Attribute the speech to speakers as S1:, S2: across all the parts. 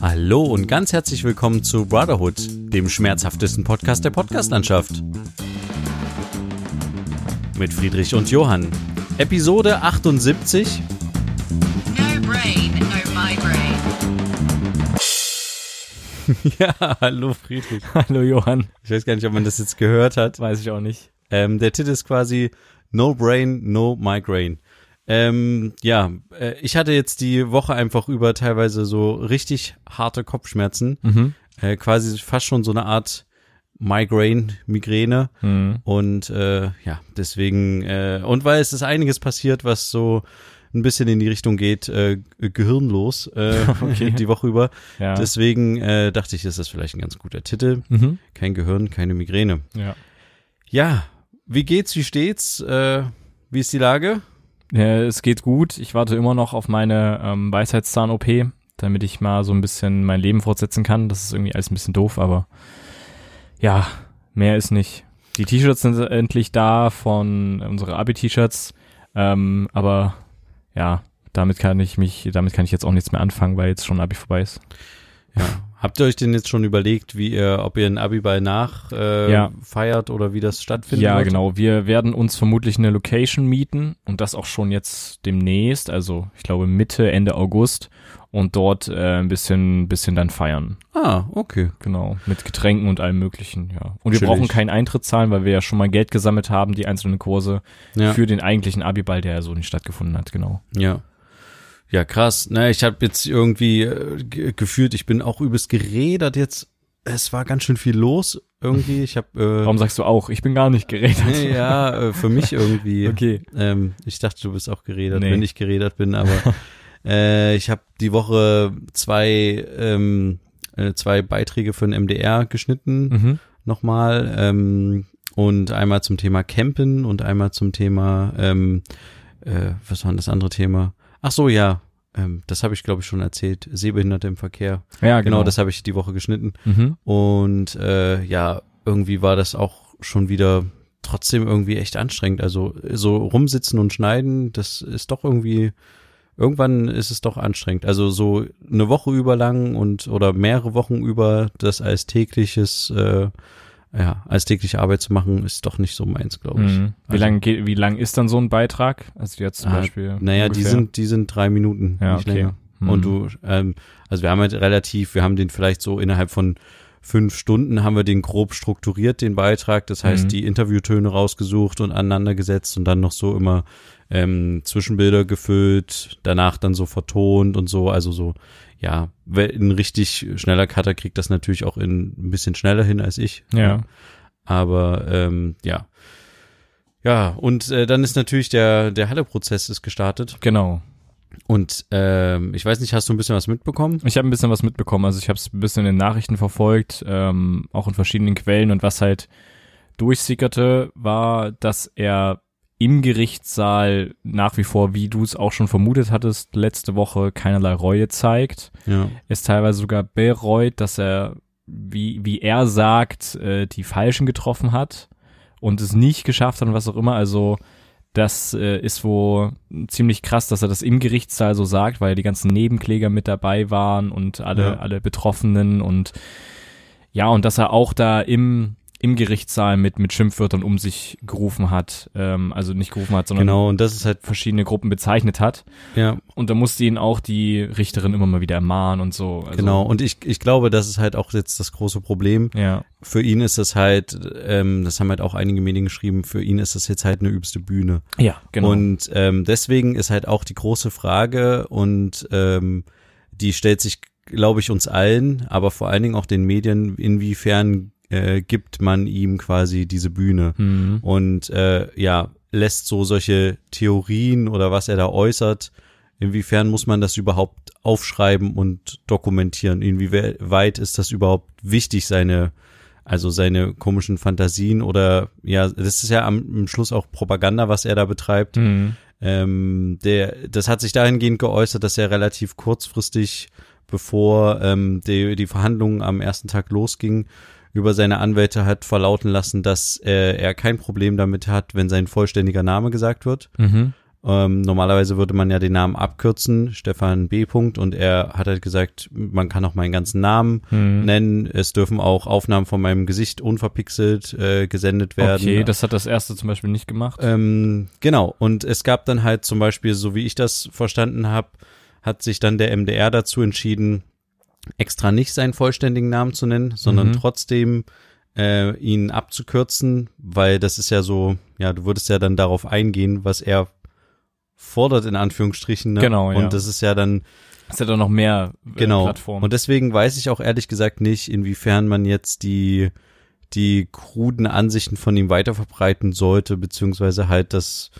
S1: Hallo und ganz herzlich willkommen zu Brotherhood, dem schmerzhaftesten Podcast der Podcastlandschaft. Mit Friedrich und Johann. Episode 78.
S2: No brain, no migraine.
S1: Ja, hallo Friedrich.
S3: Hallo Johann,
S1: Ich weiß gar nicht, ob man das jetzt gehört hat.
S3: weiß ich auch nicht.
S1: Ähm, der Titel ist quasi No Brain, No Migraine. Ähm, ja, äh, ich hatte jetzt die Woche einfach über teilweise so richtig harte Kopfschmerzen. Äh, quasi fast schon so eine Art Migraine, Migräne. Und äh, ja, deswegen, äh, und weil es ist einiges passiert, was so ein bisschen in die Richtung geht, äh, gehirnlos äh, die Woche über.
S3: Ja.
S1: Deswegen äh, dachte ich, ist das vielleicht ein ganz guter Titel.
S3: Mhm.
S1: Kein Gehirn, keine Migräne.
S3: Ja.
S1: Ja, wie geht's, wie steht's? Äh, wie ist die Lage?
S3: Äh, es geht gut. Ich warte immer noch auf meine ähm, Weisheitszahn-OP, damit ich mal so ein bisschen mein Leben fortsetzen kann. Das ist irgendwie alles ein bisschen doof, aber ja, mehr ist nicht. Die T-Shirts sind endlich da von äh, unsere Abi-T-Shirts, ähm, aber ja, damit kann ich mich, damit kann ich jetzt auch nichts mehr anfangen, weil jetzt schon Abi vorbei ist.
S1: Habt ihr euch denn jetzt schon überlegt, wie ihr, ob ihr einen Abiball nach äh,
S3: Ja.
S1: feiert oder wie das stattfindet?
S3: ja, genau. Wir werden uns vermutlich eine Location mieten und das auch schon jetzt demnächst, also ich glaube Mitte, Ende August und dort äh, ein bisschen, bisschen dann feiern.
S1: Ah, okay.
S3: Genau, mit Getränken und allem Möglichen, ja. Und wir
S1: Chillig.
S3: brauchen keinen Eintritt zahlen, weil wir ja schon mal Geld gesammelt haben, die einzelnen Kurse,
S1: Ja.
S3: für den eigentlichen Abiball, der ja so nicht stattgefunden hat, genau.
S1: Ja. Ja, krass. Na, ich habe jetzt irgendwie äh, ge- gefühlt, ich bin auch übelst gerädert jetzt. Es war ganz schön viel los irgendwie. Ich habe
S3: Warum sagst du auch? Ich bin gar nicht geredet.
S1: äh, ja, äh, für mich irgendwie.
S3: Okay.
S1: Ähm, ich dachte, du bist auch geredert,
S3: Nee.
S1: wenn ich geredert bin, aber äh, ich habe die Woche zwei, ähm, äh, zwei Beiträge für den MDR geschnitten
S3: Mhm.
S1: nochmal. Ähm, und einmal zum Thema Campen und einmal zum Thema, ähm, äh, was war denn das andere Thema? Ach so, ja. Ähm, das habe ich, glaube ich, schon erzählt. Sehbehinderte im Verkehr.
S3: Ja,
S1: Genau,
S3: genau.
S1: das habe ich die Woche geschnitten.
S3: Mhm.
S1: Und äh, ja, irgendwie war das auch schon wieder trotzdem irgendwie echt anstrengend. Also so rumsitzen und schneiden, das ist doch irgendwie, irgendwann ist es doch anstrengend. Also so eine Woche über lang und oder mehrere Wochen über das als tägliches, äh, ja, als tägliche Arbeit zu machen, ist doch nicht so meins, glaube ich.
S3: Mhm. Wie
S1: Also-
S3: lang geht, wie lang ist dann so ein Beitrag? Also jetzt zum
S1: Ah,
S3: Beispiel.
S1: Naja, die
S3: ungefähr?
S1: sind, die sind drei Minuten,
S3: Ja,
S1: nicht
S3: okay.
S1: länger.
S3: Mhm.
S1: Und du, ähm, also wir haben halt relativ, wir haben den vielleicht so innerhalb von fünf Stunden haben wir den grob strukturiert, den Beitrag. Das heißt,
S3: Mhm.
S1: die Interviewtöne rausgesucht und aneinandergesetzt und dann noch so immer ähm, Zwischenbilder gefüllt, danach dann so vertont und so. Also so, ja, wer- ein richtig schneller Cutter kriegt das natürlich auch in ein bisschen schneller hin als ich.
S3: Ja.
S1: Aber ähm, ja. Ja, und äh, dann ist natürlich der, der Halle-Prozess ist gestartet.
S3: Genau.
S1: Und ähm, ich weiß nicht, hast du ein bisschen was mitbekommen?
S3: Ich habe ein bisschen was mitbekommen. Also ich habe es ein bisschen in den Nachrichten verfolgt, ähm, auch in verschiedenen Quellen. Und was halt durchsickerte, war, dass er im Gerichtssaal nach wie vor, wie du es auch schon vermutet hattest, letzte Woche keinerlei Reue zeigt.
S1: Ja.
S3: Es teilweise sogar bereut, dass er, wie, wie er sagt, äh, die Falschen getroffen hat und es nicht geschafft hat und was auch immer. Also das äh, ist wohl ziemlich krass, dass er das im Gerichtssaal so sagt, weil die ganzen Nebenkläger mit dabei waren und alle,
S1: Ja.
S3: alle Betroffenen und ja, und dass er auch da im, im Gerichtssaal mit, mit Schimpfwörtern um sich gerufen hat, ähm, also nicht gerufen hat, sondern
S1: Genau, und das ist halt,
S3: verschiedene Gruppen bezeichnet hat.
S1: ja,
S3: Und da musste ihn auch die Richterin immer mal wieder ermahnen und so. Also,
S1: genau. Und ich, ich glaube, das ist halt auch jetzt das große Problem.
S3: Ja,
S1: Für ihn ist das halt, ähm, das haben halt auch einige Medien geschrieben, für ihn ist das jetzt halt eine übste Bühne.
S3: ja, genau.
S1: Und ähm, deswegen ist halt auch die große Frage und ähm, die stellt sich, glaube ich, uns allen, aber vor allen Dingen auch den Medien, inwiefern äh, gibt man ihm quasi diese Bühne.
S3: Mhm.
S1: und äh, ja, lässt so solche Theorien oder was er da äußert, inwiefern muss man das überhaupt aufschreiben und dokumentieren? Inwieweit ist das überhaupt wichtig, seine, also seine komischen Fantasien oder ja, das ist ja am, am Schluss auch Propaganda, was er da betreibt.
S3: Mhm.
S1: Ähm, der, das hat sich dahingehend geäußert, dass er relativ kurzfristig, bevor ähm, die, die Verhandlungen am ersten Tag losgingen, über seine Anwälte hat verlauten lassen, dass äh, er kein Problem damit hat, wenn sein vollständiger Name gesagt wird.
S3: Mhm.
S1: Ähm, normalerweise würde man ja den Namen abkürzen, Stefan B. Punkt, und er hat halt gesagt, man kann auch meinen ganzen Namen
S3: Hm.
S1: nennen. Es dürfen auch Aufnahmen von meinem Gesicht unverpixelt äh, gesendet werden.
S3: Okay, das hat das erste zum Beispiel nicht gemacht.
S1: Ähm, genau, und es gab dann halt zum Beispiel, so wie ich das verstanden habe, hat sich dann der MDR dazu entschieden, extra nicht seinen vollständigen Namen zu nennen, sondern
S3: Mhm.
S1: trotzdem äh, ihn abzukürzen, weil das ist ja so, ja, du würdest ja dann darauf eingehen, was er fordert, in Anführungsstrichen. Ne?
S3: Genau,
S1: Und
S3: ja.
S1: das ist ja dann
S3: Das hat dann noch mehr äh,
S1: genau.
S3: Plattformen.
S1: Und deswegen weiß ich auch ehrlich gesagt nicht, inwiefern man jetzt die, die kruden Ansichten von ihm weiterverbreiten sollte, beziehungsweise halt das,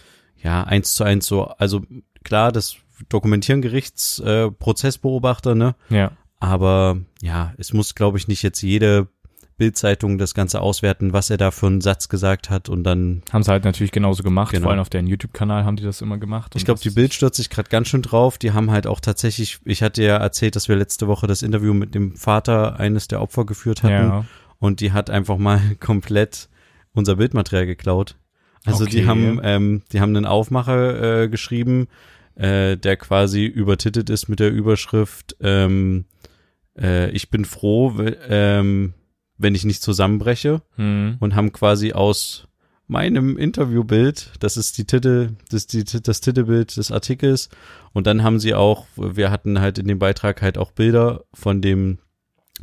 S1: ja, eins zu eins so, also klar, das dokumentieren Gerichtsprozessbeobachter, äh, Prozessbeobachter, ne?
S3: ja.
S1: Aber ja, es muss, glaube ich, nicht jetzt jede Bildzeitung das Ganze auswerten, was er da für einen Satz gesagt hat und dann,
S3: Haben sie halt natürlich genauso gemacht,
S1: Genau.
S3: vor allem auf deren YouTube-Kanal haben die das immer gemacht.
S1: ich
S3: Und
S1: glaube,
S3: das
S1: die
S3: ist-
S1: Bild stürzt sich gerade ganz schön drauf. Die haben halt auch tatsächlich, ich hatte ja erzählt, dass wir letzte Woche das Interview mit dem Vater eines der Opfer geführt hatten.
S3: Ja.
S1: und die hat einfach mal komplett unser Bildmaterial geklaut. Also die
S3: Okay.
S1: haben, ähm, die haben einen Aufmacher äh, geschrieben, äh, der quasi übertitelt ist mit der Überschrift ähm, äh, Ich bin froh, we- ähm, wenn ich nicht zusammenbreche
S3: Hm.
S1: und haben quasi aus meinem Interviewbild, das ist die Titel, das, die, das Titelbild des Artikels und dann haben sie auch, wir hatten halt in dem Beitrag halt auch Bilder von dem,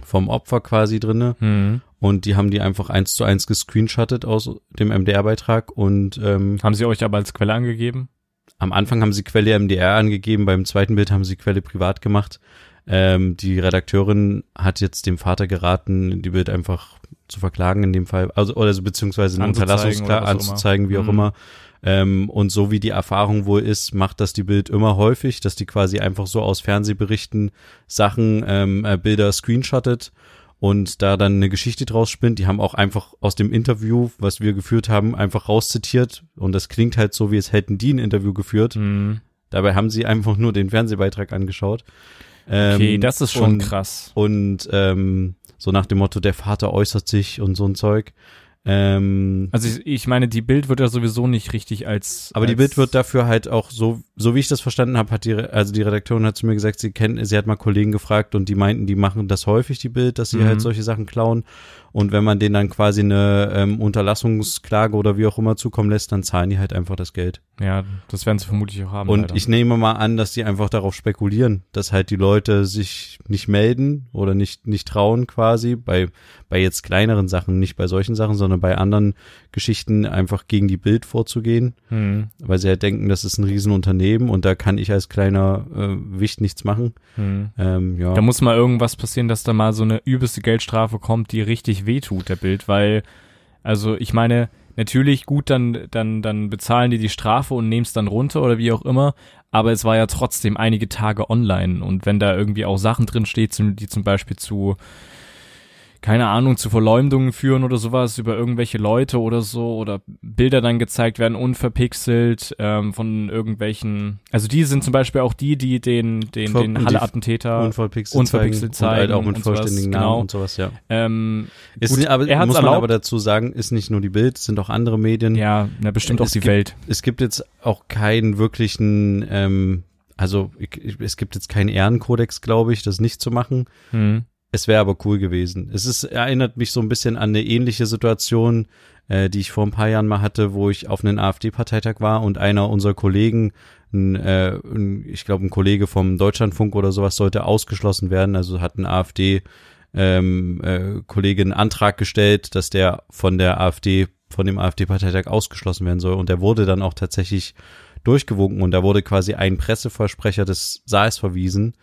S1: vom Opfer quasi drinne
S3: Hm.
S1: und die haben die einfach eins zu eins gescreenshottet aus dem MDR-Beitrag. Und ähm,
S3: Haben sie euch aber als Quelle angegeben?
S1: am Anfang haben sie Quelle MDR angegeben, beim zweiten Bild haben sie Quelle privat gemacht. Ähm, die Redakteurin hat jetzt dem Vater geraten, die Bild einfach zu verklagen in dem Fall, also oder so, beziehungsweise eine
S3: Anzuzeigen oder
S1: Unterlassungsklage
S3: was auch immer.
S1: anzuzeigen, wie auch
S3: Mhm.
S1: immer. Ähm, und so wie die Erfahrung wohl ist, macht das die Bild immer häufig, dass die quasi einfach so aus Fernsehberichten Sachen, ähm, äh, Bilder screenshottet und da dann eine Geschichte draus spinnt. Die haben auch einfach aus dem Interview, was wir geführt haben, einfach rauszitiert und das klingt halt so, wie es hätten die ein Interview geführt.
S3: Hm.
S1: Dabei haben sie einfach nur den Fernsehbeitrag angeschaut. Ähm,
S3: Okay, das ist schon
S1: und,
S3: krass.
S1: Und ähm, so nach dem Motto, der Vater äußert sich und so ein Zeug. Ähm,
S3: Also ich, ich meine, die Bild wird ja sowieso nicht richtig als
S1: aber die
S3: als-
S1: Bild wird dafür halt auch so, so wie ich das verstanden habe, hat die, Re- also die Redakteurin hat zu mir gesagt, sie kennt, sie hat mal Kollegen gefragt und die meinten, die machen das häufig, die Bild, dass sie
S3: Mhm.
S1: halt solche Sachen klauen. Und wenn man denen dann quasi eine ähm, Unterlassungsklage oder wie auch immer zukommen lässt, dann zahlen die halt einfach das Geld.
S3: Ja, das werden sie vermutlich auch haben.
S1: Und
S3: leider.
S1: ich nehme mal an, dass die einfach darauf spekulieren, dass halt die Leute sich nicht melden oder nicht, nicht trauen quasi, bei, bei jetzt kleineren Sachen, nicht bei solchen Sachen, sondern bei anderen Geschichten einfach gegen die Bild vorzugehen,
S3: Hm.
S1: weil sie halt denken, das ist ein Riesenunternehmen und da kann ich als kleiner äh, Wicht nichts machen.
S3: Hm.
S1: Ähm, ja.
S3: Da muss mal irgendwas passieren, dass da mal so eine übelste Geldstrafe kommt, die richtig wehtut, der Bild, weil, also ich meine, natürlich gut, dann, dann, dann bezahlen die die Strafe und nehmen es dann runter oder wie auch immer, aber es war ja trotzdem einige Tage online und wenn da irgendwie auch Sachen drin steht, zum- die zum Beispiel zu keine Ahnung, zu Verleumdungen führen oder sowas über irgendwelche Leute oder so oder Bilder dann gezeigt werden, unverpixelt ähm, von irgendwelchen, also die sind zum Beispiel auch die, die den, den,
S1: Ver- die
S3: den Halle-Attentäter
S1: Unverpixelt,
S3: unverpixelt
S1: zeigen, und halt auch
S3: zeigen
S1: mit
S3: und sowas,
S1: vollständigen Namen
S3: genau.
S1: und sowas, ja.
S3: ähm,
S1: Ist,
S3: Gut,
S1: nicht- aber,
S3: er hat's
S1: muss man
S3: erlaubt.
S1: aber dazu sagen, ist nicht nur die Bild, sind auch andere Medien.
S3: ja, na bestimmt auch
S1: Es
S3: die
S1: gibt-
S3: Welt.
S1: es gibt jetzt auch keinen wirklichen, ähm, also ich, ich, es gibt jetzt keinen Ehrenkodex, glaube ich, das nicht zu machen.
S3: Hm.
S1: Es wäre aber cool gewesen. Es ist, erinnert mich so ein bisschen an eine ähnliche Situation, äh, die ich vor ein paar Jahren mal hatte, wo ich auf einen AfD-Parteitag war und einer unserer Kollegen, ein, äh, ein, ich glaube ein Kollege vom Deutschlandfunk oder sowas, sollte ausgeschlossen werden. Also hat ein AfD ähm, äh, Kollege einen Antrag gestellt, dass der von der AfD, von dem AfD-Parteitag ausgeschlossen werden soll. Und der wurde dann auch tatsächlich durchgewunken und da wurde quasi ein Presseversprecher des Saals verwiesen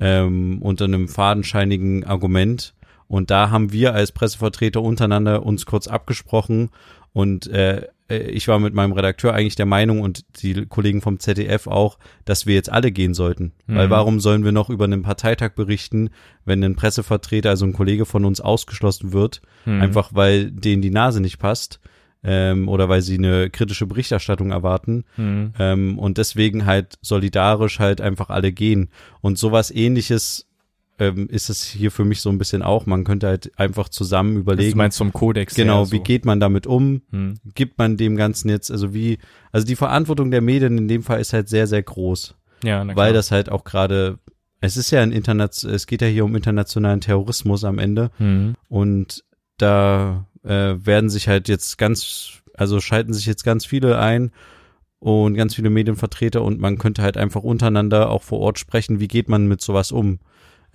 S1: ähm, unter einem fadenscheinigen Argument. Und da haben wir als Pressevertreter untereinander uns kurz abgesprochen und äh, äh, ich war mit meinem Redakteur eigentlich der Meinung und die Kollegen vom ZDF auch, dass wir jetzt alle gehen sollten. Weil
S3: Mhm.
S1: warum sollen wir noch über einen Parteitag berichten, wenn ein Pressevertreter, also ein Kollege von uns ausgeschlossen wird,
S3: Hm.
S1: einfach weil denen die Nase nicht passt ähm, oder weil sie eine kritische Berichterstattung erwarten.
S3: Hm.
S1: Ähm, und deswegen halt solidarisch halt einfach alle gehen. Und sowas ähnliches ähm, ist es hier für mich so ein bisschen auch. Man könnte halt einfach zusammen
S3: Also du
S1: überlegen,
S3: meinst zum Kodex.
S1: genau,
S3: her, so.
S1: wie geht man damit um?
S3: Hm.
S1: Gibt man dem Ganzen jetzt, also wie, also die Verantwortung der Medien in dem Fall ist halt sehr, sehr groß.
S3: Ja, na
S1: weil
S3: klar.
S1: das halt auch gerade, es ist ja ein Internet, es geht ja hier um internationalen Terrorismus am Ende
S3: Hm.
S1: und da äh, werden sich halt jetzt ganz, also schalten sich jetzt ganz viele ein und ganz viele Medienvertreter und man könnte halt einfach untereinander auch vor Ort sprechen, wie geht man mit sowas um,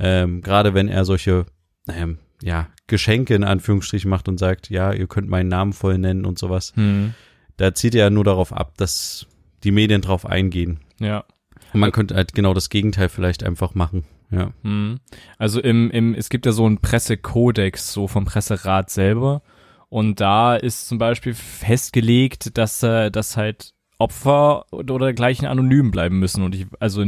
S1: ähm, gerade wenn er solche, ähm, ja, Geschenke in Anführungsstrichen macht und sagt, ja, ihr könnt meinen Namen voll nennen und sowas.
S3: Hm.
S1: Da zieht er ja nur darauf ab, dass die Medien drauf eingehen.
S3: Ja.
S1: Und man könnte halt genau das Gegenteil vielleicht einfach machen. Ja.
S3: Hm. Also im, im, es gibt ja so einen Pressekodex, so vom Presserat selber. Und da ist zum Beispiel festgelegt, dass, äh, dass halt Opfer oder oder dergleichen anonym bleiben müssen. Und ich, also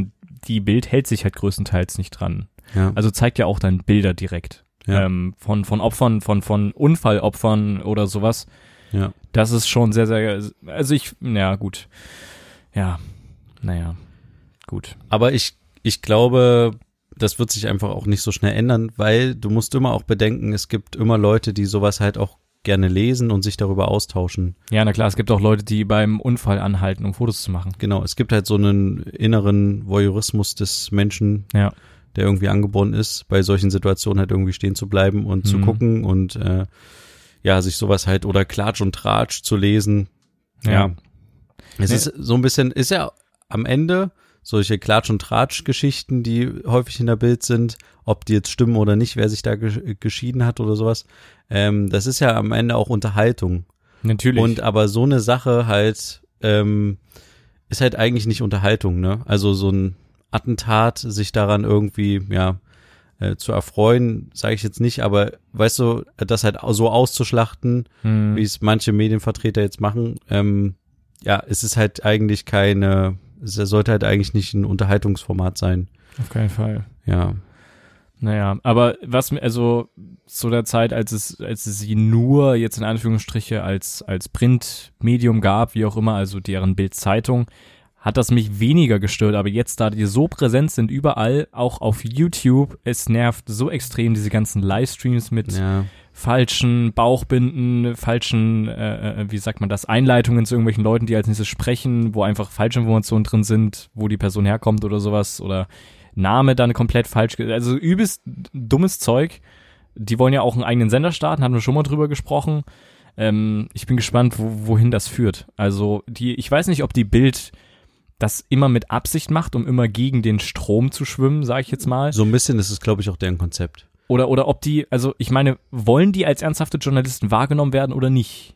S3: die Bild hält sich halt größtenteils nicht dran.
S1: Ja.
S3: Also zeigt ja auch dann Bilder direkt.
S1: Ja.
S3: Ähm, von, von Opfern, von, von Unfallopfern oder sowas.
S1: ja.
S3: Das ist schon sehr, sehr, also ich, ja, gut. Ja, naja, gut.
S1: Aber ich, ich glaube, das wird sich einfach auch nicht so schnell ändern, weil du musst immer auch bedenken, es gibt immer Leute, die sowas halt auch gerne lesen und sich darüber austauschen.
S3: Ja, na klar, es gibt auch Leute, die beim Unfall anhalten, um Fotos zu machen.
S1: Genau, es gibt halt so einen inneren Voyeurismus des Menschen,
S3: Ja.
S1: der irgendwie angeboren ist, bei solchen Situationen halt irgendwie stehen zu bleiben und zu
S3: Mhm.
S1: gucken und äh, ja, sich sowas halt oder Klatsch und Tratsch zu lesen. Ja. Es
S3: Nee.
S1: ist so ein bisschen, ist ja am Ende solche Klatsch- und Tratsch-Geschichten, die häufig in der Bild sind, ob die jetzt stimmen oder nicht, wer sich da ge geschieden hat oder sowas. Ähm, das ist ja am Ende auch Unterhaltung.
S3: Natürlich.
S1: Und aber so eine Sache halt ähm, ist halt eigentlich nicht Unterhaltung, ne? Also so ein Attentat, sich daran irgendwie, ja, äh, zu erfreuen, sage ich jetzt nicht, aber weißt du, das halt so auszuschlachten,
S3: hm.
S1: wie es manche Medienvertreter jetzt machen, ähm, ja, es ist halt eigentlich keine, es sollte halt eigentlich nicht ein Unterhaltungsformat sein.
S3: auf keinen Fall.
S1: Ja,
S3: Naja, aber was mir, also zu der Zeit, als es, als es sie nur jetzt in Anführungsstriche als, als Printmedium gab, wie auch immer, also deren Bildzeitung, hat das mich weniger gestört. Aber jetzt, da die so präsent sind überall, auch auf YouTube, es nervt so extrem diese ganzen Livestreams mit
S1: ja,
S3: falschen Bauchbinden, falschen, äh, äh, wie sagt man das, Einleitungen zu irgendwelchen Leuten, die als nächstes sprechen, wo einfach falsche Informationen drin sind, wo die Person herkommt oder sowas oder Name dann komplett falsch, ge- also übelst dummes Zeug. Die wollen ja auch einen eigenen Sender starten, haben wir schon mal drüber gesprochen. Ähm, ich bin gespannt, wo, wohin das führt. Also die, ich weiß nicht, ob die Bild das immer mit Absicht macht, um immer gegen den Strom zu schwimmen, sage ich jetzt mal.
S1: so ein bisschen ist es, glaube ich, auch deren Konzept.
S3: Oder, oder ob die, also ich meine, wollen die als ernsthafte Journalisten wahrgenommen werden oder nicht?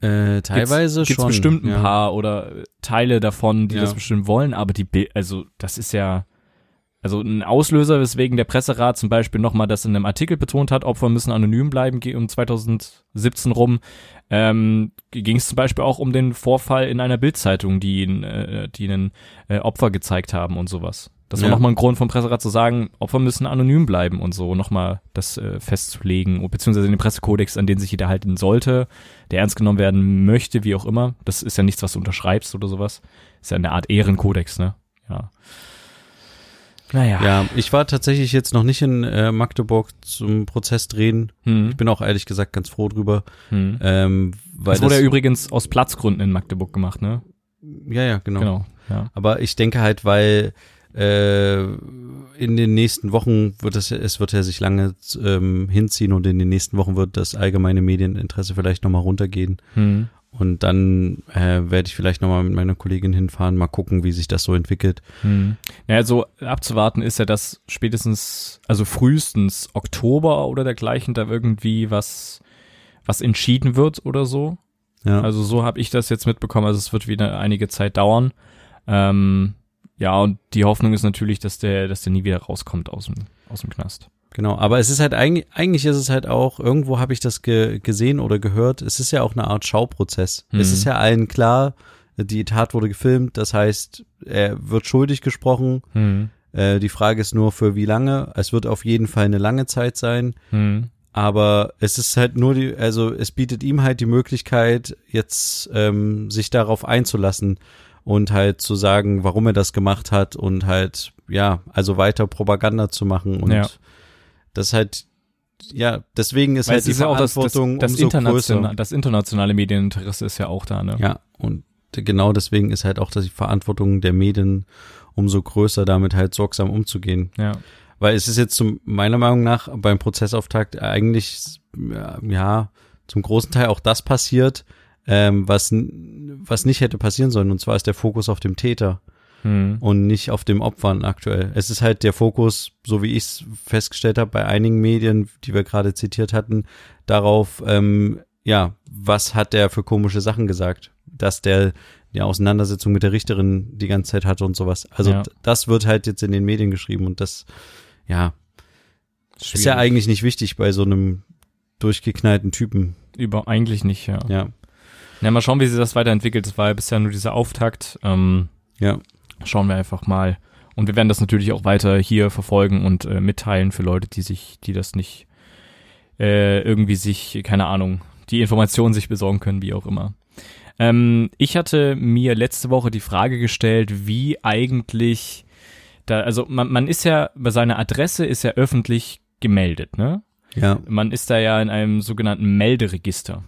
S1: Äh, teilweise
S3: gibt's
S1: schon.
S3: bestimmt ein
S1: ja.
S3: paar oder äh, Teile davon, die
S1: Ja.
S3: das bestimmt wollen, aber die, Bi- also das ist ja, also ein Auslöser, weswegen der Presserat zum Beispiel nochmal das in einem Artikel betont hat, Opfer müssen anonym bleiben, ge- um 2017 rum, ähm, ging es zum Beispiel auch um den Vorfall in einer Bildzeitung, die, ihn, äh, die einen äh, Opfer gezeigt haben und sowas. Das war
S1: Ja.
S3: nochmal ein Grund vom Presserat zu sagen, Opfer müssen anonym bleiben und so, nochmal das äh, festzulegen, beziehungsweise den Pressekodex, an den sich jeder halten sollte, der ernst genommen werden möchte, wie auch immer. Das ist ja nichts, was du unterschreibst oder sowas. Ist ja eine Art Ehrenkodex, ne? Ja. Naja.
S1: Ja, ich war tatsächlich jetzt noch nicht in äh, Magdeburg zum Prozess drehen.
S3: Hm,
S1: Ich bin auch ehrlich gesagt ganz froh drüber.
S3: hm.
S1: Ähm, weil
S3: Das wurde ja übrigens aus Platzgründen in Magdeburg gemacht, ne?
S1: ja, ja, genau.
S3: Genau. Ja.
S1: Aber ich denke halt, weil äh, in den nächsten Wochen wird das, es wird ja sich lange ähm, hinziehen und in den nächsten Wochen wird das allgemeine Medieninteresse vielleicht nochmal runtergehen.
S3: Hm.
S1: Und dann äh, werde ich vielleicht nochmal mit meiner Kollegin hinfahren, mal gucken, wie sich das so entwickelt.
S3: Hm. Naja, so abzuwarten ist ja, dass spätestens, also frühestens Oktober oder dergleichen da irgendwie was, was entschieden wird oder so.
S1: Ja,
S3: Also so habe ich das jetzt mitbekommen. Also es wird wieder einige Zeit dauern. Ähm, ja, und die Hoffnung ist natürlich, dass der, dass der nie wieder rauskommt aus dem, aus dem Knast.
S1: genau. Aber es ist halt eigentlich, eigentlich ist es halt auch, irgendwo habe ich das ge gesehen oder gehört, es ist ja auch eine Art Schauprozess.
S3: Mhm.
S1: Es ist ja allen klar, die Tat wurde gefilmt, das heißt, er wird schuldig gesprochen.
S3: Hm.
S1: Äh, die Frage ist nur, für wie lange. Es wird auf jeden Fall eine lange Zeit sein.
S3: Hm.
S1: Aber es ist halt nur die, also es bietet ihm halt die Möglichkeit, jetzt ähm, sich darauf einzulassen. und halt zu sagen, warum er das gemacht hat und halt, ja, also weiter Propaganda zu machen und
S3: Ja.
S1: das halt, ja, deswegen ist
S3: Weil
S1: halt
S3: es
S1: die
S3: ist ja auch das, das,
S1: Verantwortung
S3: das,
S1: umso größer.
S3: internationale, das internationale Medieninteresse ist ja auch da, ne?
S1: Ja, und genau deswegen ist halt auch dass die Verantwortung der Medien umso größer, damit halt sorgsam umzugehen.
S3: Ja.
S1: Weil es ist jetzt zum, meiner Meinung nach beim Prozessauftakt eigentlich, ja, ja, zum großen Teil auch das passiert, ähm, was, n- was nicht hätte passieren sollen. Und zwar ist der Fokus auf dem Täter
S3: Hm.
S1: und nicht auf dem Opfern aktuell. Es ist halt der Fokus, so wie ich es festgestellt habe, bei einigen Medien, die wir gerade zitiert hatten, darauf, ähm, ja, was hat der für komische Sachen gesagt? Dass der eine Auseinandersetzung mit der Richterin die ganze Zeit hatte und sowas. Also
S3: Ja.
S1: d- das wird halt jetzt in den Medien geschrieben und das, ja, ist ja
S3: Schwierig.
S1: eigentlich nicht wichtig bei so einem durchgeknallten Typen.
S3: Über, eigentlich nicht, ja.
S1: Ja,
S3: Na, mal schauen, wie sie das weiterentwickelt. Es war ja bisher nur dieser Auftakt. Ähm,
S1: ja,
S3: schauen wir einfach mal. Und wir werden das natürlich auch weiter hier verfolgen und äh, mitteilen für Leute, die sich, die das nicht äh, irgendwie sich, keine Ahnung, die Informationen sich besorgen können, wie auch immer. Ähm, ich hatte mir letzte Woche die Frage gestellt, wie eigentlich da, also man, man ist ja, bei seiner Adresse ist ja öffentlich gemeldet, ne?
S1: ja,
S3: Man ist da ja in einem sogenannten Melderegister.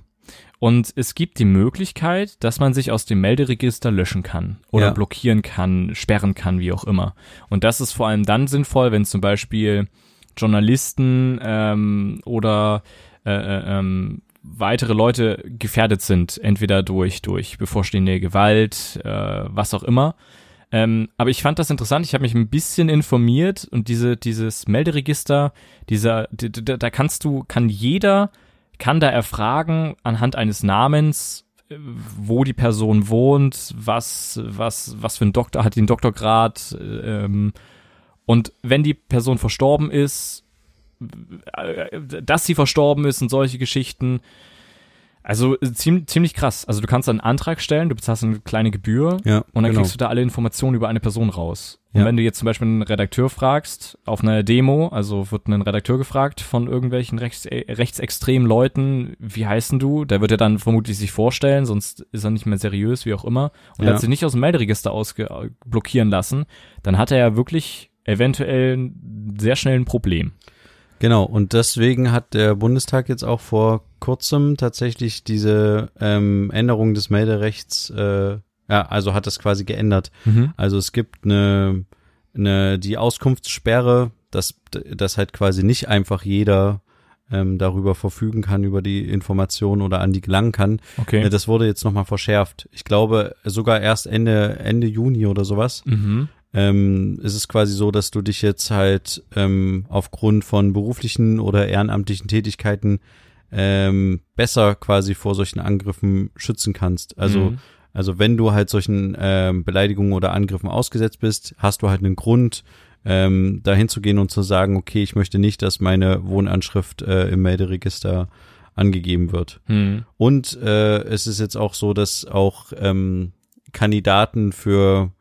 S3: Und es gibt die Möglichkeit, dass man sich aus dem Melderegister löschen kann oder
S1: Ja.
S3: blockieren kann, sperren kann, wie auch immer. Und das ist vor allem dann sinnvoll, wenn zum Beispiel Journalisten ähm, oder äh, äh, ähm, weitere Leute gefährdet sind, entweder durch, durch bevorstehende Gewalt, äh, was auch immer. Ähm, aber ich fand das interessant, ich habe mich ein bisschen informiert und diese, dieses Melderegister, dieser, d- d- da kannst du, kann jeder, kann da erfragen anhand eines Namens, äh, wo die Person wohnt, was, was, was für ein Doktor, hat die einen Doktorgrad, äh, ähm, und wenn die Person verstorben ist, äh, dass sie verstorben ist und solche Geschichten. Also äh, ziem- ziemlich krass. Also du kannst einen Antrag stellen, du bezahlst eine kleine Gebühr
S1: ja.
S3: und dann
S1: genau.
S3: kriegst du da alle Informationen über eine Person raus. Und
S1: Ja.
S3: wenn du jetzt zum Beispiel einen Redakteur fragst, auf einer Demo, also wird ein Redakteur gefragt von irgendwelchen rechts, äh, rechtsextremen Leuten, wie heißen du? Der wird ja dann vermutlich sich vorstellen, sonst ist er nicht mehr seriös, wie auch immer. Und
S1: Ja.
S3: hat sich nicht aus dem Melderegister ausge äh, blockieren lassen, dann hat er ja wirklich eventuell ein- sehr schnell ein Problem.
S1: Genau, und deswegen hat der Bundestag jetzt auch vor kurzem tatsächlich diese ähm, Änderung des Melderechts, äh, ja, also hat das quasi geändert. Also es gibt eine, eine die Auskunftssperre, dass, dass halt quasi nicht einfach jeder ähm, darüber verfügen kann, über die Informationen oder an die gelangen kann.
S3: Okay.
S1: Äh, Das wurde jetzt nochmal verschärft. Ich glaube sogar erst Ende, Ende Juni oder sowas
S3: Mhm.
S1: ähm, ist es quasi so, dass du dich jetzt halt ähm, aufgrund von beruflichen oder ehrenamtlichen Tätigkeiten ähm, besser quasi vor solchen Angriffen schützen kannst. Also,
S3: Mhm.
S1: also wenn du halt solchen ähm, Beleidigungen oder Angriffen ausgesetzt bist, hast du halt einen Grund, ähm, dahin zu gehen und zu sagen, okay, ich möchte nicht, dass meine Wohnanschrift äh, im Melderegister angegeben wird.
S3: Mhm.
S1: Und äh, es ist jetzt auch so, dass auch ähm, Kandidaten für,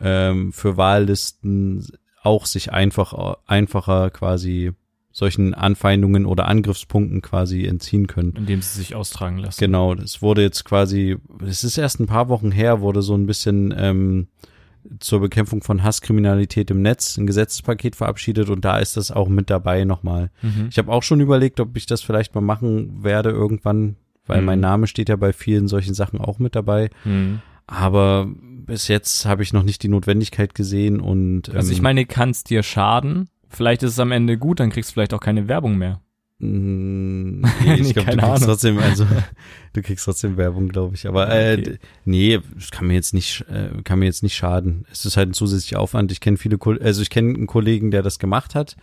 S1: ähm, für Wahllisten auch sich einfach, einfacher quasi solchen Anfeindungen oder Angriffspunkten quasi entziehen können.
S3: Indem sie sich austragen lassen.
S1: Genau, das wurde jetzt quasi, es ist erst ein paar Wochen her, wurde so ein bisschen ähm, zur Bekämpfung von Hasskriminalität im Netz ein Gesetzespaket verabschiedet und da ist das auch mit dabei nochmal.
S3: Mhm.
S1: Ich habe auch schon überlegt, ob ich das vielleicht mal machen werde irgendwann, weil
S3: Mhm.
S1: mein Name steht ja bei vielen solchen Sachen auch mit dabei.
S3: Mhm.
S1: Aber bis jetzt habe ich noch nicht die Notwendigkeit gesehen und ähm,
S3: Also ich meine, kann's dir schaden? Vielleicht ist es am Ende gut, dann kriegst du vielleicht auch keine Werbung mehr.
S1: mh, mm, nee, ich
S3: Nee,
S1: glaube, du
S3: keine
S1: kriegst
S3: Ahnung. Ah,
S1: trotzdem, also du kriegst trotzdem Werbung, glaube ich. Aber äh,
S3: Okay.
S1: d- nee, es kann mir jetzt nicht, äh, kann mir jetzt nicht schaden. Es ist halt ein zusätzlicher Aufwand. Ich kenne viele, Kol- also ich kenne einen Kollegen, der das gemacht hat.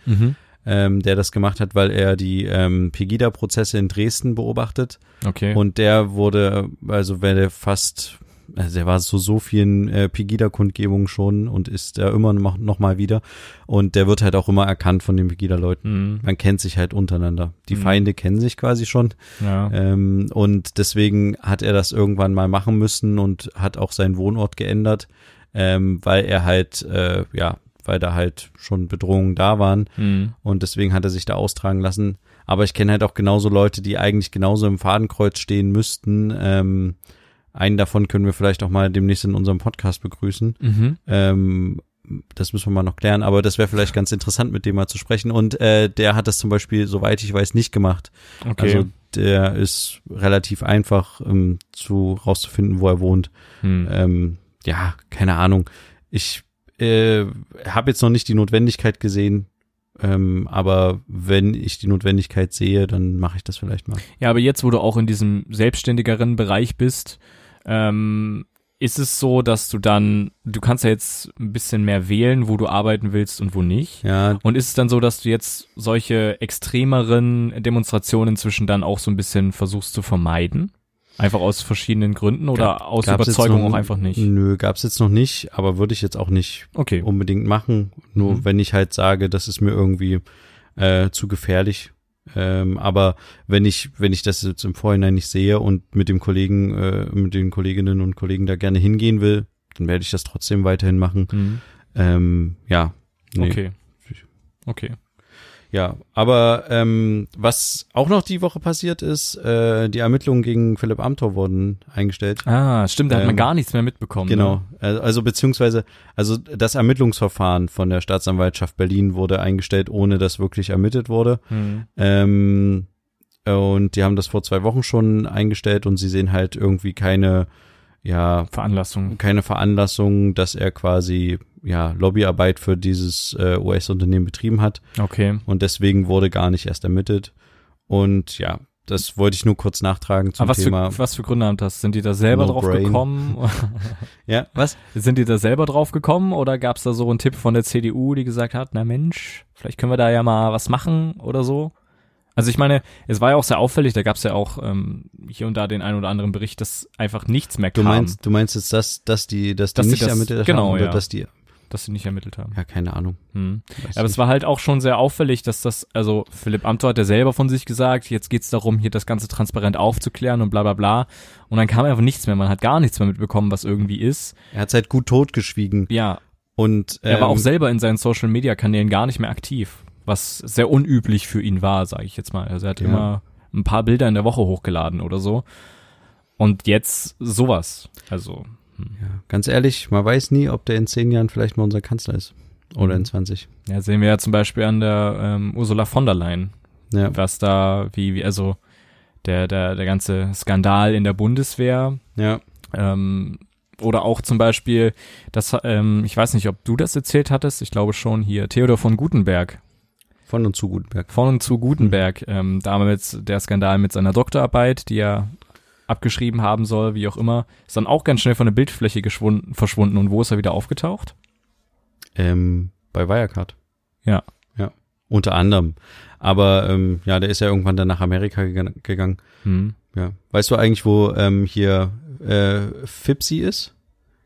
S1: Ähm, der das gemacht hat, weil er die ähm, Pegida-Prozesse in Dresden beobachtet
S3: Okay.
S1: Und der wurde, also wäre der fast, also der war so so vielen äh, Pegida-Kundgebungen schon und ist da immer noch, noch mal wieder. Und der wird halt auch immer erkannt von den Pegida-Leuten.
S3: Mhm.
S1: Man kennt sich halt untereinander. Die
S3: Mhm.
S1: Feinde kennen sich quasi schon.
S3: Ja.
S1: Ähm, und deswegen hat er das irgendwann mal machen müssen und hat auch seinen Wohnort geändert, ähm, weil er halt, äh, ja, weil da halt schon Bedrohungen da waren
S3: Mhm.
S1: und deswegen hat er sich da austragen lassen. Aber ich kenne halt auch genauso Leute, die eigentlich genauso im Fadenkreuz stehen müssten, ähm, Einen davon können wir vielleicht auch mal demnächst in unserem Podcast begrüßen.
S3: Mhm.
S1: Ähm, das müssen wir mal noch klären, aber das wäre vielleicht ganz interessant, mit dem mal zu sprechen. Und äh, der hat das zum Beispiel, soweit ich weiß, nicht gemacht.
S3: Okay.
S1: Also der ist relativ einfach ähm, zu rauszufinden, wo er wohnt.
S3: hm.
S1: Ähm, ja, keine Ahnung. Ich äh, habe jetzt noch nicht die Notwendigkeit gesehen, ähm, aber wenn ich die Notwendigkeit sehe, dann mache ich das vielleicht mal.
S3: Ja, aber jetzt, wo du auch in diesem selbstständigeren Bereich bist, ähm, ist es so, dass du dann, du kannst ja jetzt ein bisschen mehr wählen, wo du arbeiten willst und wo nicht.
S1: Ja,
S3: Und ist es dann so, dass du jetzt solche extremeren Demonstrationen inzwischen dann auch so ein bisschen versuchst zu vermeiden? Einfach aus verschiedenen Gründen oder
S1: Gab-
S3: aus
S1: gab's jetzt
S3: Überzeugung
S1: noch-
S3: auch einfach nicht?
S1: nö, gab's jetzt noch nicht, aber würde ich jetzt auch nicht
S3: Okay.
S1: unbedingt machen. Nur
S3: Mhm.
S1: wenn ich halt sage, das ist mir irgendwie äh, zu gefährlich. Ähm, aber wenn ich, wenn ich das jetzt im Vorhinein nicht sehe und mit dem Kollegen, äh, mit den Kolleginnen und Kollegen da gerne hingehen will, dann werde ich das trotzdem weiterhin machen.
S3: Mhm.
S1: Ähm, ja. Nee.
S3: Okay. Okay.
S1: Ja, aber ähm, was auch noch die Woche passiert ist, äh, die Ermittlungen gegen Philipp Amthor wurden eingestellt.
S3: Ah, stimmt, da hat man
S1: Ähm,
S3: gar nichts mehr mitbekommen.
S1: Genau,
S3: Ne?
S1: also also beziehungsweise, also das Ermittlungsverfahren von der Staatsanwaltschaft Berlin wurde eingestellt, ohne dass wirklich ermittelt wurde.
S3: Hm.
S1: Ähm, und die haben das vor zwei Wochen schon eingestellt und sie sehen halt irgendwie keine, ja,
S3: Veranlassung.
S1: keine Veranlassung, dass er quasi ja Lobbyarbeit für dieses äh, US-Unternehmen betrieben hat.
S3: Okay.
S1: und deswegen wurde gar nicht erst ermittelt. Und ja, das wollte ich nur kurz nachtragen zum
S3: Aber was
S1: Thema.
S3: für, was für Gründe haben das? Sind die da selber
S1: No
S3: drauf
S1: brain.
S3: gekommen?
S1: ja, was?
S3: Sind die da selber drauf gekommen oder gab es da so einen Tipp von der CDU, die gesagt hat, na Mensch, vielleicht können wir da ja mal was machen oder so? Also ich meine, es war ja auch sehr auffällig, da gab es ja auch ähm, hier und da den einen oder anderen Bericht, dass einfach nichts mehr
S1: Du
S3: kam,
S1: meinst, du meinst jetzt, dass, dass die, dass die
S3: Dass die
S1: nicht
S3: das-
S1: ermittelt
S3: genau,
S1: haben oder
S3: ja.
S1: dass die,
S3: dass sie nicht ermittelt haben.
S1: ja, keine Ahnung.
S3: Hm.
S1: Weiß
S3: Aber
S1: nicht.
S3: es war halt auch schon sehr auffällig, dass das, also Philipp Amthor hat ja selber von sich gesagt, jetzt geht's darum, hier das Ganze transparent aufzuklären und bla bla bla. Und dann kam einfach nichts mehr, man hat gar nichts mehr mitbekommen, was irgendwie ist.
S1: er hat halt gut totgeschwiegen
S3: Ja,
S1: und, ähm,
S3: Er war auch selber in seinen Social-Media-Kanälen gar nicht mehr aktiv, was sehr unüblich für ihn war, sage ich jetzt mal. Also er hat
S1: Ja.
S3: immer ein paar Bilder in der Woche hochgeladen oder so. Und jetzt sowas. Also
S1: ja, ganz ehrlich, man weiß nie, ob der in zehn Jahren vielleicht mal unser Kanzler ist. Oder
S3: Mhm.
S1: in 20.
S3: ja, sehen wir ja zum Beispiel an der ähm, Ursula von der Leyen,
S1: Ja,
S3: was da, wie, wie also der, der, der ganze Skandal in der Bundeswehr,
S1: ja.
S3: Ähm, oder auch zum Beispiel, das, ähm, ich weiß nicht, ob du das erzählt hattest, ich glaube schon hier, Theodor von Gutenberg,
S1: Von und zu Gutenberg.
S3: Von und zu Gutenberg,
S1: Mhm.
S3: ähm, damals der Skandal mit seiner Doktorarbeit, die er abgeschrieben haben soll, wie auch immer, ist dann auch ganz schnell von der Bildfläche geschwunden, verschwunden. Und wo ist er wieder aufgetaucht?
S1: Ähm, bei Wirecard.
S3: Ja.
S1: Ja. Unter anderem. Aber, ähm, ja, der ist ja irgendwann dann nach Amerika geg- gegangen.
S3: Hm.
S1: Ja. Weißt du eigentlich, wo ähm, hier äh, Fipsi ist?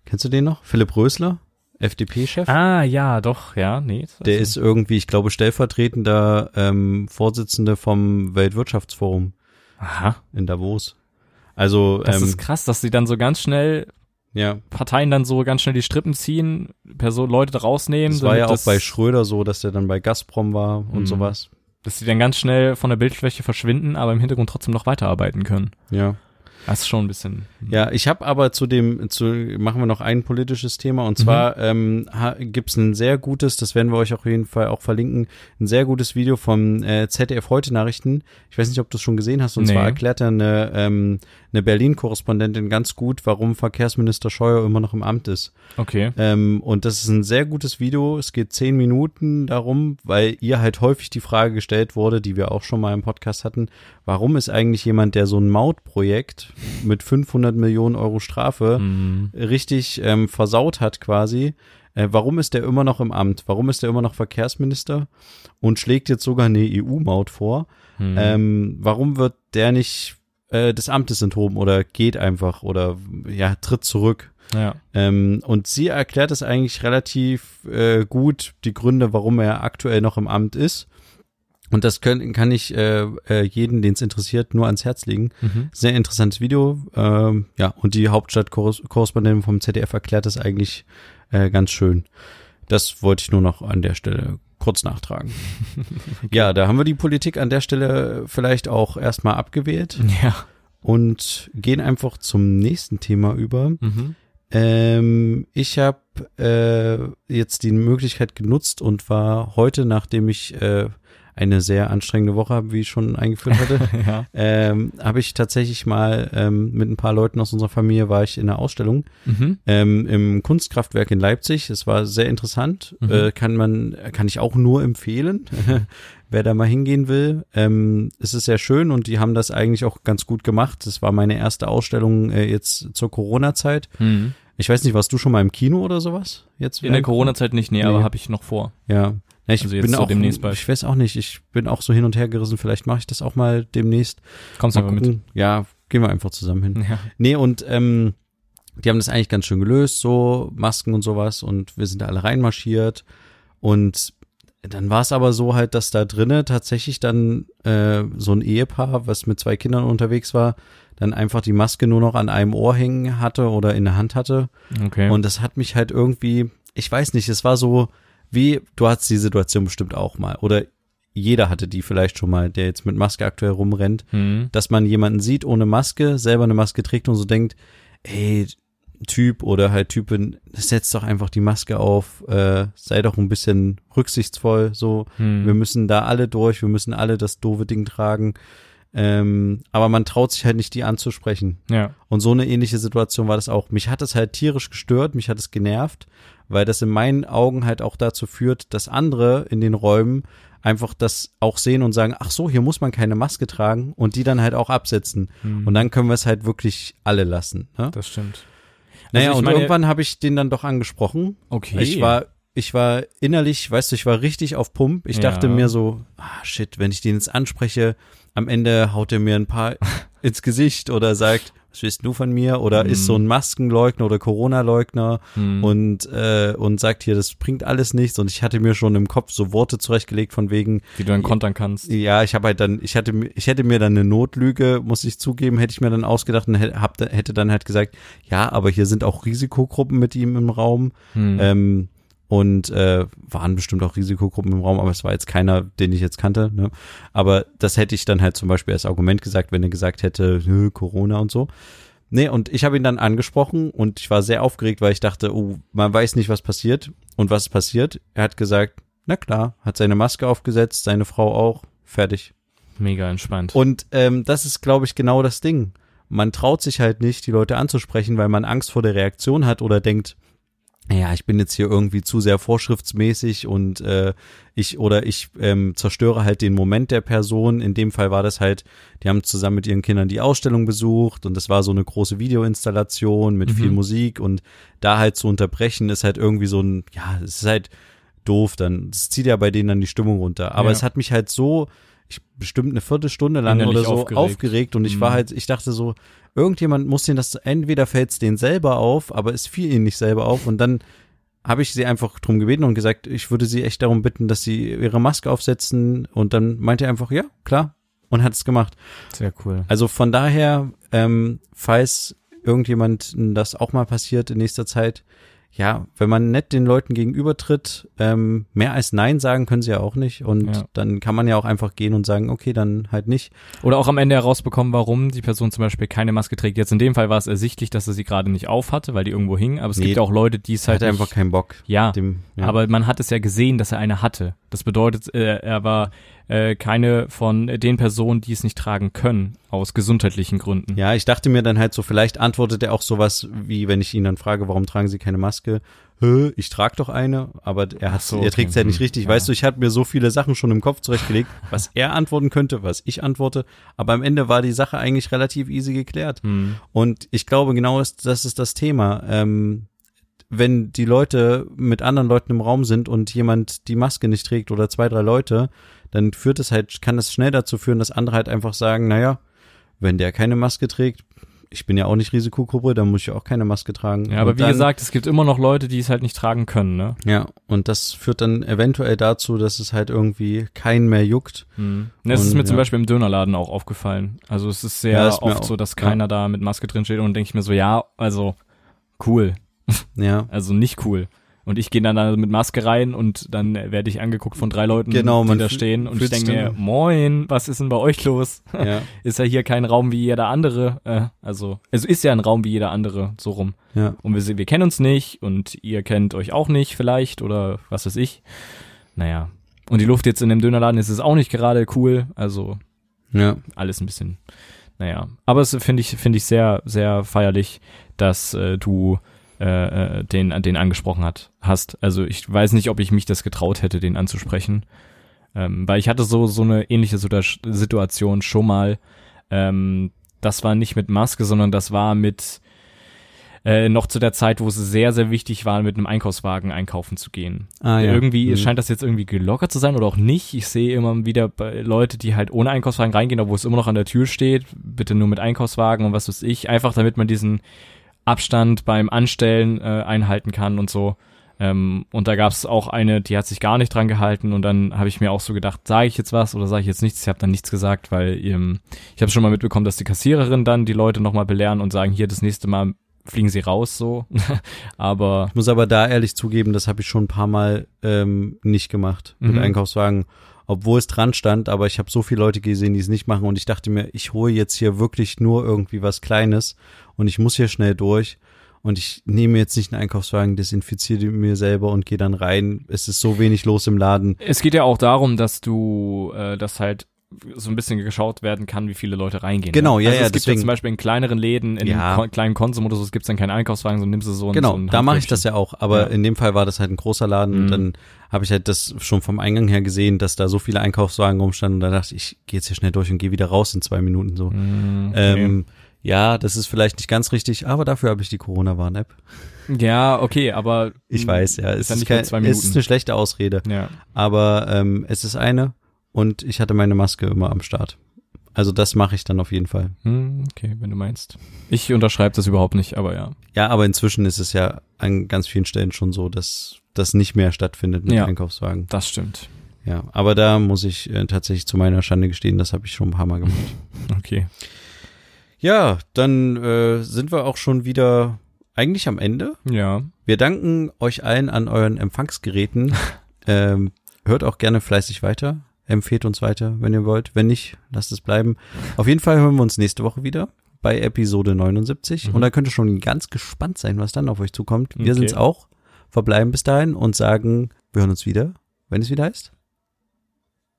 S1: Kennst du den noch? Philipp Rösler, FDP-Chef.
S3: Ah, ja, doch, ja, nee. also
S1: Der ist irgendwie, ich glaube, stellvertretender ähm, Vorsitzender vom Weltwirtschaftsforum
S3: Aha,
S1: in Davos. Also,
S3: das
S1: ähm,
S3: ist krass, dass sie dann so ganz schnell,
S1: ja,
S3: Parteien dann so ganz schnell die Strippen ziehen, Person, Leute da rausnehmen.
S1: das war
S3: damit
S1: ja auch
S3: das-
S1: bei Schröder so, dass der dann bei Gazprom war und
S3: Mhm.
S1: sowas.
S3: Dass sie dann ganz schnell von der Bildfläche verschwinden, aber im Hintergrund trotzdem noch weiterarbeiten können.
S1: Ja.
S3: Das ist schon ein bisschen. hm,
S1: Ja, ich habe aber zu dem, zu, machen wir noch ein politisches Thema und zwar ähm, ha- gibt's ein sehr gutes, das werden wir euch auf jeden Fall auch verlinken, ein sehr gutes Video vom äh, ZDF Heute Nachrichten. Ich weiß nicht, ob du es schon gesehen hast und
S3: Nee.
S1: zwar erklärt er eine, ähm, eine Berlin-Korrespondentin ganz gut, warum Verkehrsminister Scheuer immer noch im Amt ist.
S3: Okay.
S1: Ähm, und das ist ein sehr gutes Video. Es geht zehn Minuten darum, weil ihr halt häufig die Frage gestellt wurde, die wir auch schon mal im Podcast hatten, warum ist eigentlich jemand, der so ein Mautprojekt mit 500 Millionen Euro Strafe
S3: Hm.
S1: richtig ähm, versaut hat quasi, äh, warum ist der immer noch im Amt? Warum ist der immer noch Verkehrsminister und schlägt jetzt sogar eine EU-Maut vor?
S3: Hm.
S1: Ähm, warum wird der nicht äh, des Amtes enthoben oder geht einfach oder ja, tritt zurück?
S3: ja.
S1: Ähm, und sie erklärt es eigentlich relativ äh, gut, die Gründe, warum er aktuell noch im Amt ist. Und das können, kann ich äh, äh, jeden, den es interessiert, nur ans Herz legen.
S3: Mhm.
S1: Sehr interessantes Video. Ähm, ja, und die Hauptstadtkorrespondentin vom ZDF erklärt das eigentlich äh, ganz schön. Das wollte ich nur noch an der Stelle kurz nachtragen. Ja, da haben wir die Politik an der Stelle vielleicht auch erstmal abgewählt.
S3: Ja.
S1: und gehen einfach zum nächsten Thema über.
S3: Mhm.
S1: Ähm, ich habe äh, jetzt die Möglichkeit genutzt und war heute, nachdem ich äh, eine sehr anstrengende Woche habe, wie ich schon eingeführt hatte,
S3: Ja.
S1: ähm, habe ich tatsächlich mal ähm, mit ein paar Leuten aus unserer Familie war ich in einer Ausstellung
S3: Mhm.
S1: ähm, im Kunstkraftwerk in Leipzig. Es war sehr interessant.
S3: Mhm.
S1: Äh, kann man, kann ich auch nur empfehlen, wer da mal hingehen will. Ähm, es ist sehr schön und die haben das eigentlich auch ganz gut gemacht. Das war meine erste Ausstellung äh, jetzt zur Corona-Zeit.
S3: Mhm.
S1: Ich weiß nicht, warst du schon mal im Kino oder sowas? Jetzt
S3: In der Corona-Zeit nicht, nee, aber
S1: Nee.
S3: habe ich noch vor.
S1: Ja. Na, ich
S3: Also jetzt
S1: bin
S3: so
S1: auch,
S3: demnächst bald.
S1: ich weiß auch nicht, ich bin auch so hin und her gerissen. Vielleicht mache ich das auch mal demnächst.
S3: Kommst
S1: Mal
S3: aber mit. Hm.
S1: gucken. Ja, gehen wir einfach zusammen hin.
S3: Ja.
S1: Nee, und ähm, die haben das eigentlich ganz schön gelöst, so Masken und sowas. Und wir sind da alle reinmarschiert. Und dann war es aber so halt, dass da drinnen tatsächlich dann äh, so ein Ehepaar, was mit zwei Kindern unterwegs war, dann einfach die Maske nur noch an einem Ohr hängen hatte oder in der Hand hatte.
S3: Okay.
S1: Und das hat mich halt irgendwie, ich weiß nicht, es war so, wie, du hattest die Situation bestimmt auch mal. Oder jeder hatte die vielleicht schon mal, der jetzt mit Maske aktuell rumrennt
S3: mhm.
S1: dass man jemanden sieht ohne Maske, selber eine Maske trägt und so denkt, ey, Typ oder halt Typin, setz doch einfach die Maske auf, äh, sei doch ein bisschen rücksichtsvoll, so,
S3: Mhm.
S1: wir müssen da alle durch, wir müssen alle das doofe Ding tragen. Ähm, aber man traut sich halt nicht, die anzusprechen.
S3: Ja.
S1: Und so eine ähnliche Situation war das auch. Mich hat es halt tierisch gestört, mich hat es genervt, weil das in meinen Augen halt auch dazu führt, dass andere in den Räumen einfach das auch sehen und sagen, ach so, hier muss man keine Maske tragen und die dann halt auch absetzen.
S3: Mhm.
S1: Und dann können wir es halt wirklich alle lassen. Ne?
S3: Das stimmt.
S1: Naja,
S3: Also ich
S1: und
S3: meine-
S1: irgendwann habe ich den dann doch angesprochen.
S3: Okay.
S1: Ich war, ich war innerlich, weißt du, ich war richtig auf Pump. Ich
S3: Ja.
S1: dachte mir so, ah, shit, wenn ich den jetzt anspreche, am Ende haut er mir ein paar ins Gesicht oder sagt, was willst du von mir? Oder ist
S3: Mhm.
S1: so ein Maskenleugner oder Corona-Leugner und, äh, und sagt hier, das bringt alles nichts. Und ich hatte mir schon im Kopf so Worte zurechtgelegt von wegen,
S3: die du dann kontern kannst.
S1: ja, ich habe halt dann, ich hatte, mir- ich hätte mir dann eine Notlüge, muss ich zugeben, hätte ich mir dann ausgedacht und hätte, hab, hätte dann halt gesagt, ja, aber hier sind auch Risikogruppen mit ihm im Raum.
S3: Mhm. Hm.
S1: Ähm, und äh, waren bestimmt auch Risikogruppen im Raum, aber es war jetzt keiner, den ich jetzt kannte. Ne? Aber das hätte ich dann halt zum Beispiel als Argument gesagt, wenn er gesagt hätte, nö, Corona und so. Nee, und ich habe ihn dann angesprochen und ich war sehr aufgeregt, weil ich dachte, oh, man weiß nicht, was passiert. Und was ist passiert? Er hat gesagt, na klar, hat seine Maske aufgesetzt, seine Frau auch, fertig.
S3: Mega entspannt.
S1: Und ähm, das ist, glaube ich, genau das Ding. Man traut sich halt nicht, die Leute anzusprechen, weil man Angst vor der Reaktion hat oder denkt, ja, ich bin jetzt hier irgendwie zu sehr vorschriftsmäßig und äh, ich oder ich ähm, zerstöre halt den Moment der Person. In dem Fall war das halt, die haben zusammen mit ihren Kindern die Ausstellung besucht und das war so eine große Videoinstallation mit viel Musik und da halt zu unterbrechen ist halt irgendwie so ein, ja, es ist halt doof, dann es zieht ja bei denen dann die Stimmung runter. Aber
S3: Ja.
S1: es hat mich halt so, ich bestimmt eine Viertelstunde lang
S3: Innerlich
S1: oder so
S3: aufgeregt.
S1: aufgeregt, und ich war halt, ich dachte so, irgendjemand muss den das, entweder fällt es den selber auf, aber es fiel ihnen nicht selber auf und dann habe ich sie einfach drum gebeten und gesagt, ich würde sie echt darum bitten, dass sie ihre Maske aufsetzen und dann meinte er einfach, ja, klar und hat es gemacht.
S3: Sehr cool.
S1: Also von daher, ähm, falls irgendjemand das auch mal passiert in nächster Zeit, ja, wenn man nett den Leuten gegenübertritt, ähm, mehr als Nein sagen können sie ja auch nicht. Und
S3: Ja.
S1: dann kann man ja auch einfach gehen und sagen, okay, dann halt nicht.
S3: Oder auch am Ende herausbekommen, warum die Person zum Beispiel keine Maske trägt. Jetzt in dem Fall war es ersichtlich, dass er sie gerade nicht auf hatte, weil die irgendwo hing. Aber es
S1: Nee.
S3: gibt ja auch Leute, die es halt
S1: Hat er
S3: nicht-
S1: einfach keinen Bock.
S3: ja,
S1: Dem, ja.
S3: aber man hat es ja gesehen, dass er eine hatte. Das bedeutet, äh, er war äh, keine von den Personen, die es nicht tragen können, aus gesundheitlichen Gründen.
S1: ja, ich dachte mir dann halt so, vielleicht antwortet er auch sowas wie, wenn ich ihn dann frage, warum tragen Sie keine Maske? Hö, ich trage doch eine, aber er hat,
S3: Ach so,
S1: er trägt es ja
S3: okay. Hm,
S1: nicht richtig.
S3: Ja.
S1: Weißt du, ich hatte mir so viele Sachen schon im Kopf zurechtgelegt, was er antworten könnte, was ich antworte. Aber am Ende war die Sache eigentlich relativ easy geklärt.
S3: Hm.
S1: Und ich glaube, genau ist, das ist das Thema. Ähm, wenn die Leute mit anderen Leuten im Raum sind und jemand die Maske nicht trägt oder zwei, drei Leute, dann führt es halt, kann es schnell dazu führen, dass andere halt einfach sagen, naja, wenn der keine Maske trägt, ich bin ja auch nicht Risikogruppe, dann muss ich auch keine Maske tragen.
S3: Ja, aber
S1: Und
S3: wie
S1: dann,
S3: gesagt, es gibt immer noch Leute, die es halt nicht tragen können, ne?
S1: Ja, und das führt dann eventuell dazu, dass es halt irgendwie keinen mehr juckt.
S3: Ne, Es
S1: Und,
S3: ist mir zum
S1: ja.
S3: Beispiel im Dönerladen auch aufgefallen. Also es ist sehr
S1: Ja, ist mir
S3: oft
S1: auch-
S3: so, dass
S1: ja.
S3: keiner da mit Maske drin steht und denke ich mir so, ja, also cool,
S1: Ja.
S3: also nicht cool. Und ich gehe dann da mit Maske rein und dann werde ich angeguckt von drei Leuten,
S1: Genau,
S3: die
S1: man
S3: da
S1: fü-
S3: stehen. Und ich
S1: fühlt sich
S3: denke mir,
S1: dann-
S3: moin, was ist denn bei euch los?
S1: Ja.
S3: Ist ja hier kein Raum wie jeder andere. Äh, also, also ist ja ein Raum wie jeder andere, so rum.
S1: Ja.
S3: Und wir, se- wir kennen uns nicht und ihr kennt euch auch nicht vielleicht oder was weiß ich. Naja. Und die Luft jetzt in dem Dönerladen ist es auch nicht gerade cool. Also
S1: Ja.
S3: alles ein bisschen, naja. Aber es finde ich, finde ich sehr, sehr feierlich, dass äh, du äh, äh, den, den angesprochen hat, hast. Also ich weiß nicht, ob ich mich das getraut hätte, den anzusprechen. Ähm, weil ich hatte so, so eine ähnliche Situa- Situation schon mal. Ähm, das war nicht mit Maske, sondern das war mit äh, noch zu der Zeit, wo es sehr, sehr wichtig war, mit einem Einkaufswagen einkaufen zu gehen.
S1: Ah, ja.
S3: Irgendwie
S1: Mhm.
S3: scheint das jetzt irgendwie gelockert zu sein oder auch nicht. Ich sehe immer wieder bei Leute, die halt ohne Einkaufswagen reingehen, obwohl es immer noch an der Tür steht, bitte nur mit Einkaufswagen und was weiß ich. Einfach damit man diesen Abstand beim Anstellen äh, einhalten kann und so. Ähm, und da gab es auch eine, die hat sich gar nicht dran gehalten und dann habe ich mir auch so gedacht, sage ich jetzt was oder sage ich jetzt nichts? Ich habe dann nichts gesagt, weil ähm, ich habe schon mal mitbekommen, dass die Kassiererin dann die Leute nochmal belehren und sagen, hier das nächste Mal fliegen sie raus so. Aber
S1: Ich muss aber da ehrlich zugeben, das habe ich schon ein paar Mal ähm, nicht gemacht mit
S3: Mhm.
S1: Einkaufswagen, obwohl es dran stand, aber ich habe so viele Leute gesehen, die es nicht machen und ich dachte mir, ich hole jetzt hier wirklich nur irgendwie was Kleines und ich muss hier schnell durch und ich nehme jetzt nicht einen Einkaufswagen, desinfiziere den mir selber und gehe dann rein. Es ist so wenig los im Laden.
S3: Es geht ja auch darum, dass du, äh, dass halt so ein bisschen geschaut werden kann, wie viele Leute reingehen.
S1: Genau,
S3: ne?
S1: ja,
S3: also
S1: ja,
S3: Es gibt ja
S1: deswegen-
S3: zum Beispiel in kleineren Läden, in
S1: Ja.
S3: ko kleinen Konsum oder so, es gibt dann keinen Einkaufswagen, sondern nimmst du so einen- so
S1: Genau,
S3: einen
S1: da mache ich
S3: Handbrötchen.
S1: das ja auch, aber
S3: Ja.
S1: in dem Fall war das halt ein großer Laden und
S3: Mhm.
S1: dann habe ich halt das schon vom Eingang her gesehen, dass da so viele Einkaufswagen rumstanden und da dachte ich, ich gehe jetzt hier schnell durch und gehe wieder raus in zwei Minuten so.
S3: Mm, okay.
S1: Ähm, ja, das ist vielleicht nicht ganz richtig, aber dafür habe ich die Corona-Warn-App.
S3: ja, okay, aber
S1: Ich
S3: mm,
S1: weiß, ja, es
S3: ja
S1: Hm. ist,
S3: nicht
S1: kein,
S3: nur zwei Minuten.
S1: es ist eine schlechte Ausrede,
S3: ja.
S1: aber ähm, es ist eine und ich hatte meine Maske immer am Start. Also das mache ich dann auf jeden Fall.
S3: Hm, okay, wenn du meinst. Ich unterschreibe das überhaupt nicht, aber ja.
S1: Ja, aber inzwischen ist es ja an ganz vielen Stellen schon so, dass das nicht mehr stattfindet mit
S3: Ja.
S1: Einkaufswagen.
S3: Das stimmt.
S1: Ja, aber da muss ich äh, tatsächlich zu meiner Schande gestehen, das habe ich schon ein paar Mal gemacht.
S3: Okay.
S1: ja, dann äh, sind wir auch schon wieder eigentlich am Ende.
S3: Ja.
S1: Wir danken euch allen an euren Empfangsgeräten. ähm, hört auch gerne fleißig weiter. Empfehlt uns weiter, wenn ihr wollt. Wenn nicht, lasst es bleiben. Auf jeden Fall hören wir uns nächste Woche wieder bei Episode 79. Und da könnt ihr schon ganz gespannt sein, was dann auf euch zukommt. Wir
S3: Okay.
S1: sind's auch. Verbleiben bis dahin und sagen, wir hören uns wieder, wenn es wieder heißt.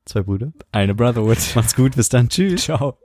S1: Zwei Brüder.
S3: Eine Brotherhood.
S1: Macht's gut, bis dann. Tschüss.
S3: Ciao.